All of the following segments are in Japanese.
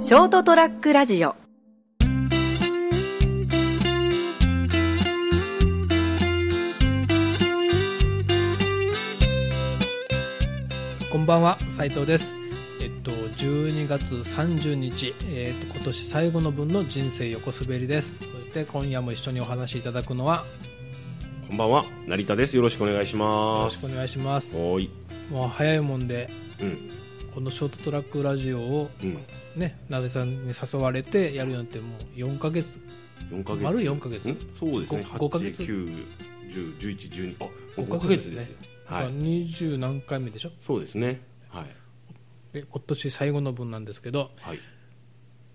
ショートトラックラジオこんばんは、斉藤です。えっと、12月30日、えっと、今年最後の分の人生横滑りです。そして、今夜も一緒にお話しいただくのは、こんばんは、成田です。よろしくお願いしよまろしす。くお願いします。おーい。もう早いもんで、うん。このショートトラックラジオを、うん。ね、なぜさんに誘われてやるようになって、もう4ヶ月。 4ヶ月。丸四ヶ月んそうですね。ごごヶ月8 9 10、11、12。あ、もうご5ヶ月ヶ月でですすねよ。はまあい。 20何回目でしょそうですね。はい。で今年最後の分なんですけど、はい。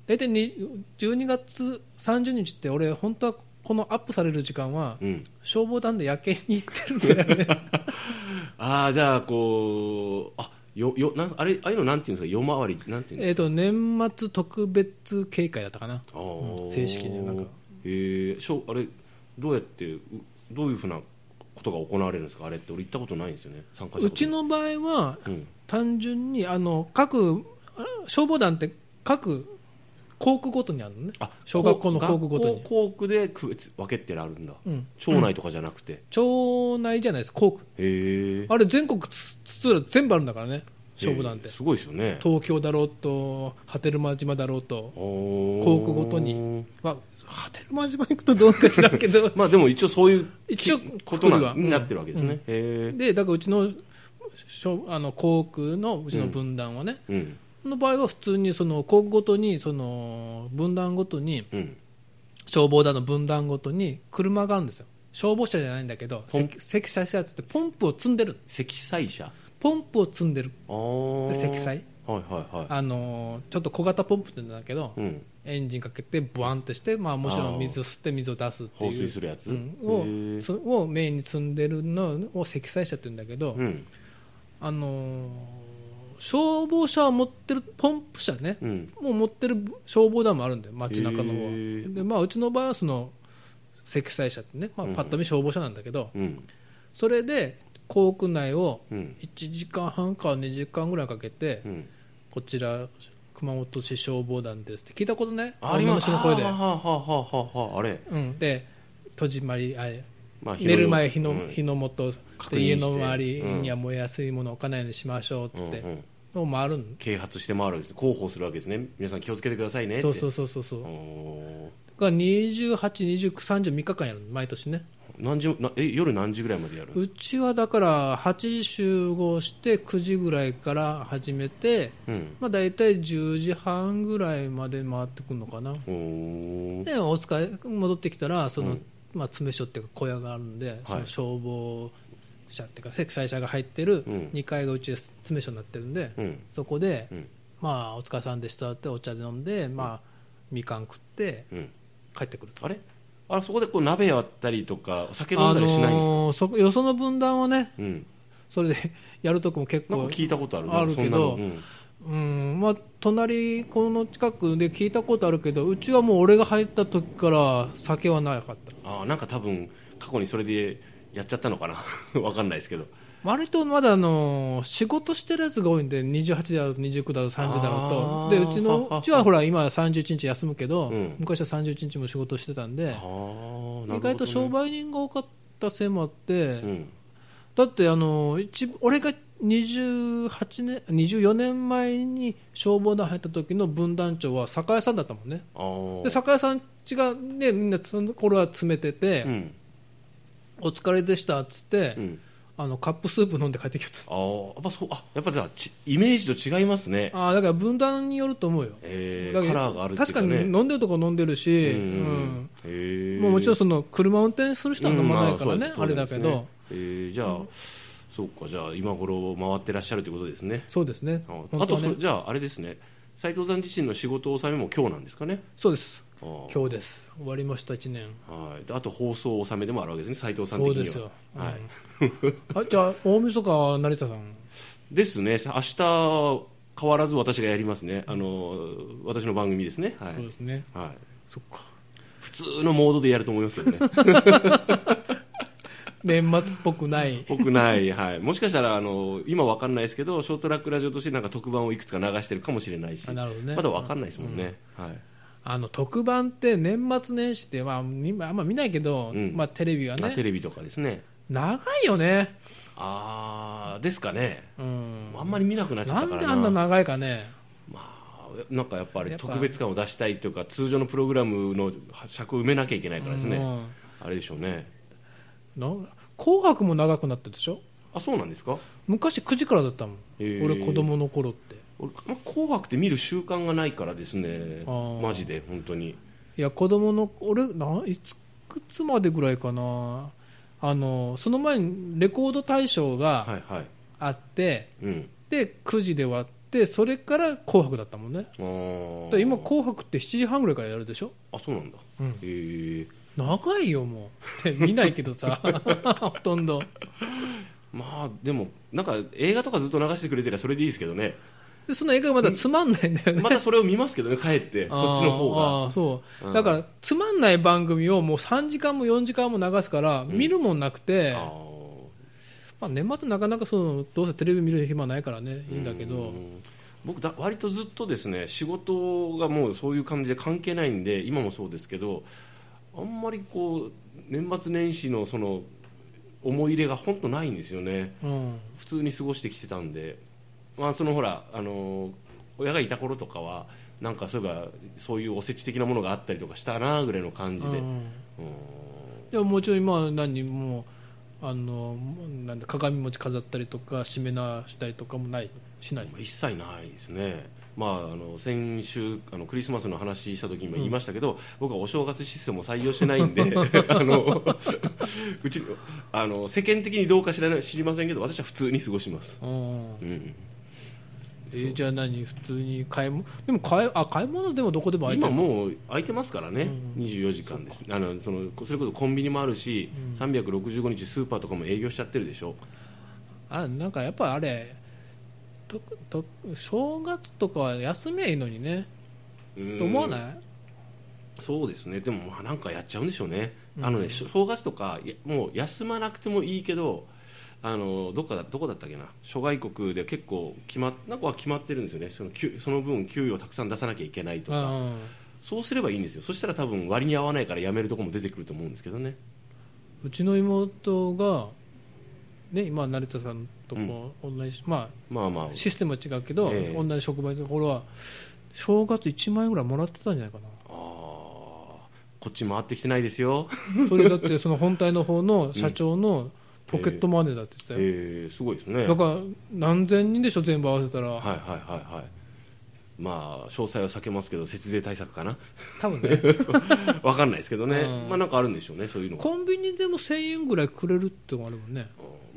大体に12月30日って、俺、本当はこのアップされる時間は、うん。消防団で夜景に行ってるんだよね。ああ、じゃあ、こう、あ、よ、よ、なん、あれ、ああいうのなんていうんですか、夜回り、なんていうんでえっと年末特別警戒だったかなすか。あーうん正式になんか。ええ、しょ、あれ、どうやって、うどういうふうなことが行われるんですか、あれって、俺行ったことないんですよね。参加したことうち。の場合はうん。単純にあの各あ消防団って各校区ごとにあるのねあ小学校の校区ごとに学校校区で区別分けてあるんだ、うん町内とかじゃなくて、町内じゃないです校区へえあれ全国つ津々浦全部あるんだからね消防団ってすごいですよね東京だろうと波照間島だろうと校校区ごとにまあ波照間島行くとどうか知らんけ どまあでも一応そういう一応きことなくくりはうんになってるわけですね、へでだからうちの小あの校区のうちの分断はね、えうんの場合は普通にその校区ごとにその分断ごとにうん消防団の分断ごとに車があるんですよ消防車じゃないんだけどポン積積載車っつってポンプを積んでる積載車ポンプを積んでるあーで積載はいはいはいあのーちょっと小型ポンプって言うんだけど、うんエンジンかけてブワンってして、まあ、もちろん水を吸って水を出すっていう放水するやつうんへをーそをメインに積んでるのを積載車って言うんだけど、うんあのー消防車を持ってるポンプ車ね、うんもう持ってる消防団もあるんだよ、街中の方は。へーで、まあ、うちの場合はその積載車ってね、まあう、んパッと見消防車なんだけど、うんそれで校区内をうん1時間半か2時間ぐらいかけて、うんこちら、熊本市消防団ですって聞いたことね、あります女の人の声では。あはあはあはあはああれ、うん、で戸締まりあれまあ寝る前日の,、うん日の元確認でして家の周りには燃えやすいものを置かないようにしましょうっつって、うんうんのもあるの啓発して回るんです広報するわけですね皆さん気をつけてくださいねってそうそうそうそうそうおがー28、29、30、3日間やるの毎年ね何時なえ夜何時ぐらいまでやるんですうちはだから8時集合して9時ぐらいから始めて、うんまあ、大体10時半ぐらいまで回ってくるのかなおーで大塚へ戻ってきたらその、うんまあ、詰所っていうか小屋があるんで、その消防車っていうか積載車が入ってるうん2階がうちで詰所になってるんで、うんそこで、うんまあ、お疲れさんでしたってお茶で飲んで、まあ、みかん食ってうん帰ってくるとあれあそこでこう鍋やったりとかお酒飲んだりしないんですか、あのーそよその分断はねうん、それで やるとこも結なん構か聞いたことあるあるけどそんなのうんうんまあ隣この近くで聞いたことあるけどうちはもう俺が入った時から酒はなかったあーなんか多分過去にそれでやっちゃったのかな わかんないですけど割とまだあのー仕事してるやつが多いんで28だろうと29だろうと30だろあーうとでうちはっはのっはうちはほら今31日休むけど、うん昔は31日も仕事してたんでああなるほど、ね、意外と商売人が多かったせいもあって、うんだってあの一俺が28年24年前に消防団入った時の分団長は酒屋さんだったもんねあーで酒屋さんちがねみんなその頃は詰めてて、うんお疲れでしたっつって、うんあのカップスープ飲んで帰ってきたあーやっぱそうあやっぱじゃあちイメージと違いますねあーだから分断によると思うよ、えだけー、カどラーがあるってい確うかか、ね、に飲んでるとこ飲んでるし、ううんんへえもうもちろんその車運転する人は飲まないからね、うんまああそれうでだすけねど、えーじゃあ、そうかじゃあ今頃回ってらっしゃるということですねそうですねあ本当あとはそねれじゃああれですね斉藤さん自身の仕事納めも今日なんですかねそうですあー今日です終わりました1年はいであと放送納めでもあるわけですね斉藤さんそ的うにはですよ、はういん あじゃあ大晦日は成田さんですね明日変わらず私がやりますねあの私の番組ですねはそうでい、すねはい、そっか普通のモードでやると思いますけどね年末っぽくない 僕ない、はい、もしかしたらあの今わかんないですけどショートラックラジオとしてなんか特番をいくつか流してるかもしれないしあなるほどねまだわかんないですもんね、はい、あの特番って年末年始って、まあ、今あんま見ないけど、うんまあ、テレビはあテねレビとかですね長いよね、ああですかねうん、あんまり見なくなっちゃっなたんかでらあなんな長いかねまあ、なんかやっぱりやっぱ特別感を出したいというか通常のプログラムの尺を埋めなきゃいけないからですね、うんあれでしょうねな紅白も長くなってるでしょあそうなんですか昔9時からだったもん、へえ俺子供の頃って俺、まあ紅白って見る習慣がないからですねあーマジで本当にいや子供の俺ないつくつまでぐらいかなあのその前にレコード大賞はがいはいあって、うんで9時で終わってそれから「紅白」だったもんねあーで今「紅白」って7時半ぐらいからやるでしょ、あそうなんだうん、へー長いよもうって見ないけど さほとんどまあでもなんか映画とかずっと流してくれてりゃそれでいいですけどねでその映画がまだつまんないんだよね またそれを見ますけどね帰ってそっちの方あがーあーそう、うんだからつまんない番組をもう3時間も4時間も流すから見るもんなくて、あまあ、ー年末なかなかそのどうせテレビ見る暇ないからねいいんだけど、うん僕だ割とずっとですね仕事がもうそういう感じで関係ないんで今もそうですけどあんまりこう年末年始のその思い入れが本当ないんですよねうん普通に過ごしてきてたんで、まあ、そのほらあの親がいた頃とかはなんかそういえばそういうおせち的なものがあったりとかしたなぐらいの感じで、ううんんでももちろん今は何もうあのなんだ鏡餅飾ったりとかしめ縄したりとかもないしない、一切ないですね、まあ、あの先週あのクリスマスの話した時にも言いましたけど、僕はお正月システムを採用してない んであのうちあの世間的にどうか知らない知りませんけど私は普通に過ごします、うんうん、えーじゃあ何普通に買い物でも買いあ買い物でもどこでも空いて今るもう空いてますからね、24時間ですあのそのそれこそコンビニもあるし、365日スーパーとかも営業しちゃってるでしょあなんかやっぱあれとと正月とかは休みゃいいのにねと思わいないそうですねでもまあなんかやっちゃうんでしょうね、あのねし正月とかいやもう休まなくてもいいけどあのどっかだどこだったっけな諸外国で結構決まっなんかは決まってるんですよねその給その分給与をたくさん出さなきゃいけないとうか、んそうすればいいんですよそしたら多分割に合わないから辞めるとこも出てくると思うんですけどねうちの妹が、ね、今成田さんとも同じ、ままあまああ、システムは違うけど、ええ同じ職場のところは正月1万円ぐらいもらってたんじゃないかあーこっち回ってきてないですよ、なそれだってその本体の方の社長のポケットマネーだって言ってたよ、えー、すごいですねだから何千人でしょ全部合わせたら、はいはいはいはいまあ詳細は避けますけど節税対策かな多分ねわかんないですけどね、うんまあなんかあるんでしょうねそういうのがコンビニでも1000円ぐらいくれるってのがあるもんね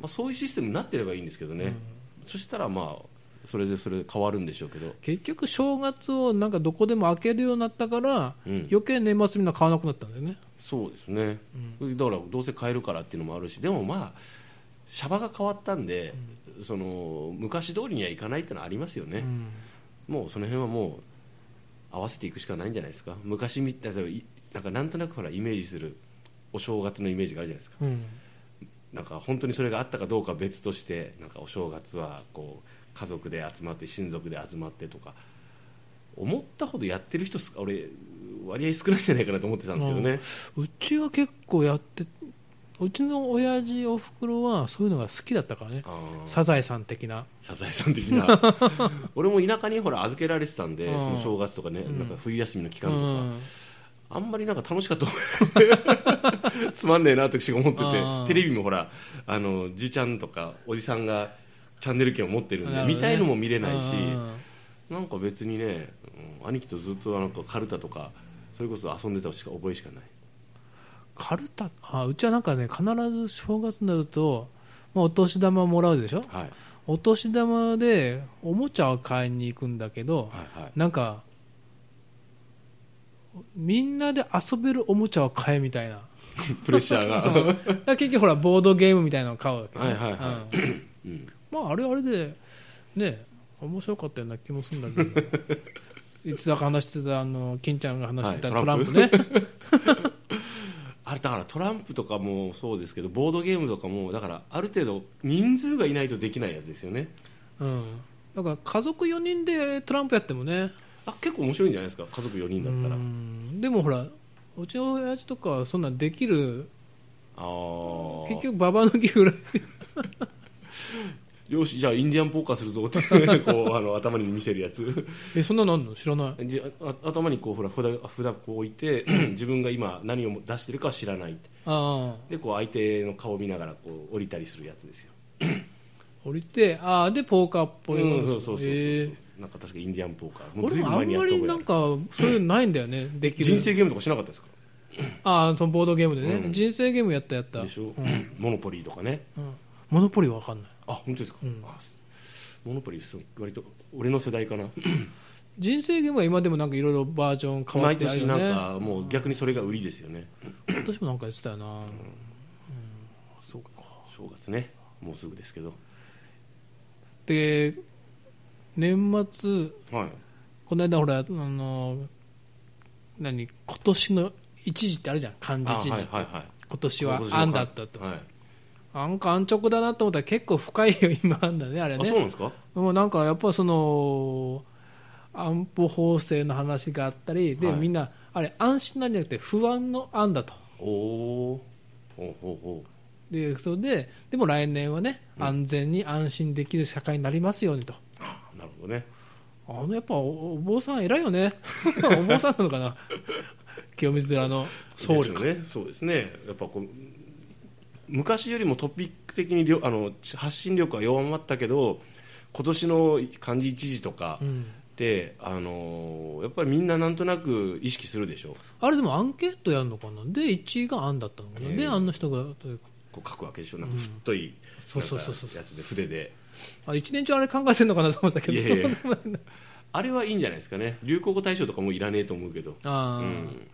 まあ、そういうシステムになってればいいんですけどね、そしたらまあそれでそれ変わるんでしょうけど結局正月をなんかどこでも開けるようになったから、うん余計年末みんな買わなくなったんだよねそうですね、だからどうせ変えるからっていうのもあるしでもまあシャバが変わったんで、その昔通りにはいかないってのはありますよね、うんもうその辺はもう合わせていくしかないんじゃないですか昔みたいないなんかなんとなくほらイメージするお正月のイメージがあるじゃないですかうんなんか本当にそれがあったかどうかは別としてなんかお正月はこう家族で集まって親族で集まってとか思ったほどやってる人す俺割合少ないんじゃないかなと思ってたんですけどね、うちは結構やってうちの親父おふくろはそういうのが好きだったからねあーサザエさん的なサザエさん的 な俺も田舎にほら預けられてたんで、うんその正月とかね、なんか冬休みの期間とか、うんあんまりなんか楽しかった思い つまんねえなって私が思ってうんてテレビもほらあのじいちゃんとかおじさんがチャンネル権を持ってるんで、なるほどね見たいのも見れないうし、んなんか別にね、うん兄貴とずっとなんかカルタとかそれこそ遊んでたしか覚えしかないカルタあうちはなんかね必ず正月になると、まあ、お年玉もらうでしょはいお年玉でおもちゃを買いに行くんだけど、はいはいなんかみんなで遊べるおもちゃを買えみた いな プレッシャーがだから結局ほらボードゲームみたいなのを買うわけはいはいはうんうんまああれあれでね面白かったような気もするんだけど いつだか話してたあの金ちゃんが話してた はいトトラランンププねあれだからトランプとかもそうですけどボードゲームとかもだからある程度人数がいないとできないやつですよねうん、だから家族4人でトランプやってもねあ結構面白いんじゃないですか家族4人だったらうんでもほらうちの親父とかはそんなできるああ結局ババ抜きぐらい よしじゃあインディアンポーカーするぞって こうあの頭に見せるやつえそんなのあんの知らないじあ頭にこうほら札札こう置いて 自分が今何を出してるかは知らないああでこう相手の顔を見ながらこう降りたりするやつですよ降りてああでポーカーっぽいうんものそうそうそうそうそう、へえなんか確かインディアンポーカーもう俺ずいもぶんあ前んにやっまたり覚えなんかそういうのないんだよねできる人生ゲームとかしなかったですかああそのボードゲームでね、うん人生ゲームやったやったでしょ、モノポリーとかねうんモノポリは分かんないあ本当ですか、うんあすモノポリーそう割と俺の世代かな人生ゲームは今でもなんかいろいろバージョン変わっ毎てある年よなんねかもう逆にそれが売りですよね今年もなんかやってたよな、そうか正月ねもうすぐですけどで年末はいこの間ほらあの何今年の一時ってあるじゃん漢字あ一はい時、はいはい今年今は年のあんだったと、はいなんか安直だなと思ったら結構深いよ今あんだねあれあそうねなんですかもうなんかやっぱその安保法制の話があったりで、はいみんなあれ安心なんじゃなくて不安の案だとおおーほうほうほうでことででも来年はね安全に安心できる社会になりますようにと、あなるほどねあのやっぱおお坊さん偉いよ ねお坊さんなのかな清水寺の僧そ侶うですねそうですねやっぱこう昔よりもトピック的にりょあの発信力は弱まったけど今年の漢字一字とかうんって、あのーやっぱりみんななんとなく意識するでしょあれでもアンケートやるのかなで1位があんだったのかな、ええであの人がこう書くわけでしょなんか太い、そうなんそうかそうそうやつで筆であ一年中あれ考えてるのかなと思ったけいどやいそやういでやもないなあれはいいんじゃないですかね流行語大賞とかもういらねえと思うけど あー、うん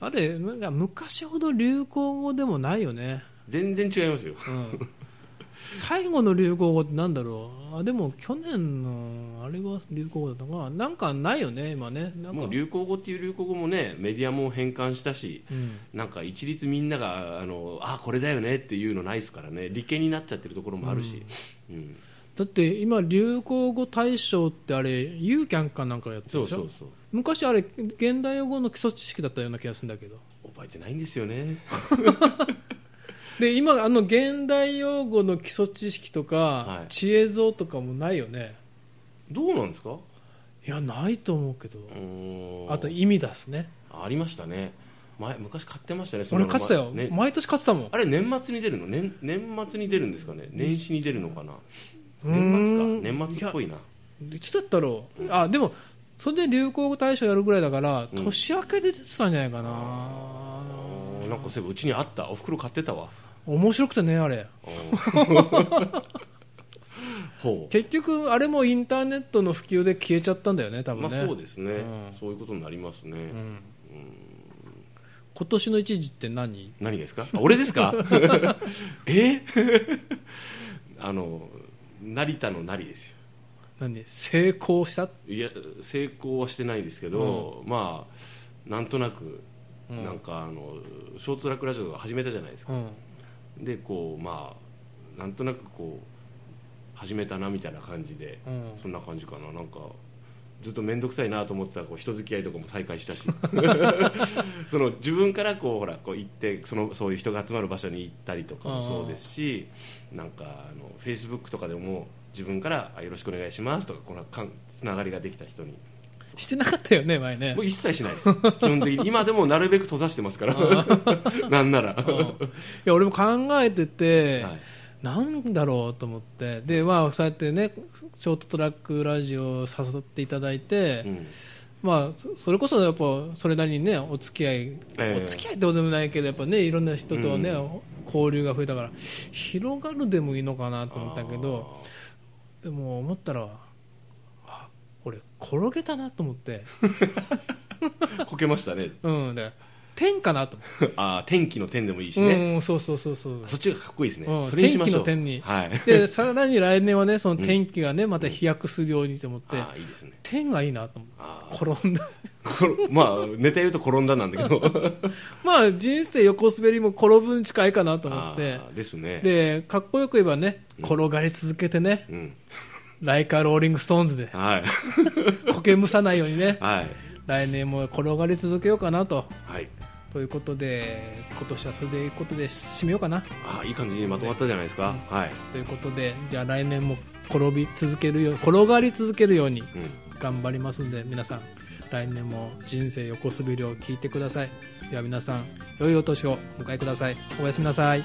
あれなんか昔ほど流行語でもないよね、全然違いますよ うん、最後の流行語ってなんだろうあでも去年のあれは流行語だったのかななんかないよね今ねなんかもう流行語っていう流行語もねメディアも変換したしうんなんか一律みんながあのあこれだよねっていうのないですからね利権になっちゃってるところもあるし、うんだって今流行語大賞ってあれユーキャンかなんかやってるそでうしょそうそう昔あれ現代語の基礎知識だったような気がするんだけど覚えてないんですよねで今あの現代用語の基礎知識とか、はい知恵像とかもないよねどうなんですかいやないと思うけどうーんあと意味出すねありましたね前昔買ってましたねそん俺なの勝ってたよ、ね毎年勝ってたもんあれ年末に出るの年年末に出るんですかね年始に出るのかなうーん年末か年末っぽいないつだったろうあでもそれで流行語大賞やるぐらいだから、うん年明けで出てたんじゃないかなあーなんかそういえばうちにあったお袋買ってたわ面白くてねあれあ ーほ結局あれもインターネットの普及で消えちゃったんだよね多うま分あね、そうですね、うんそういうことになりますね、うん今年の一時って何何がですかあ俺ですか え あの成田の成ですよ何成功したいや成功はしてないですけど、まあなんとなく、うんなんかあのショートトラックラジオが始めたじゃないですかうんでこうまあなんとなくこう始めたなみたいな感じで、うんそんな感じかななんかずっと面倒くさいなと思ってたこう人付き合いとかも再 開したしその自分からこうほらこう行ってそのそういう人が集まる場所に行ったりとかもそうですしなんかあのフェイスブックとかでも自分からあ「よろしくお願いします」とかこのかんつながりができた人にしてなかったよね前 ねもう一切しないです基本 的に今でもなるべく閉ざしてますから なんなら、うんいや俺も考えてて、はいなんだろうと思ってでまあそうやってねショートトラックラジオを誘っていただいて、うんまあそそれこそやっぱそれなりにねお付き合い、ええお付き合いどうでもないけどやっぱねいろんな人とね、交流が増えたから広がるでもいいのかなと思ったけどでも思ったらあ俺転げたなと思って こけましたねうん、だから天かなと思ああ天気の天でもいいしう、ね、うん、そうそうそうそうそっちがかっこいいですね、うんそれにしましょ天気のう天にはいでさらに来年はねその天気がねまた飛躍するようにと思って、ああいいですね天がいいなと思ああう転んだ こ れまあネタ言うと転んだなんだけどまあ人生横滑りも転ぶに近いかなと思あってあですねでかっこよく言えばね転がり続けてね、うんライカ・ローリング・ストーンズ ではい苔むさないようにねはい来年も転がり続けようかなとはいということで今年はそれでいうことで締めようかなああいい感じにまとまったじゃないですか、はい、ということでじゃあ来年も転び続けるよう転がり続けるようにうん、頑張りますんで皆さん来年も人生横滑りを聞いてくださいでは皆さん良いお年をお迎えくださいおやすみなさい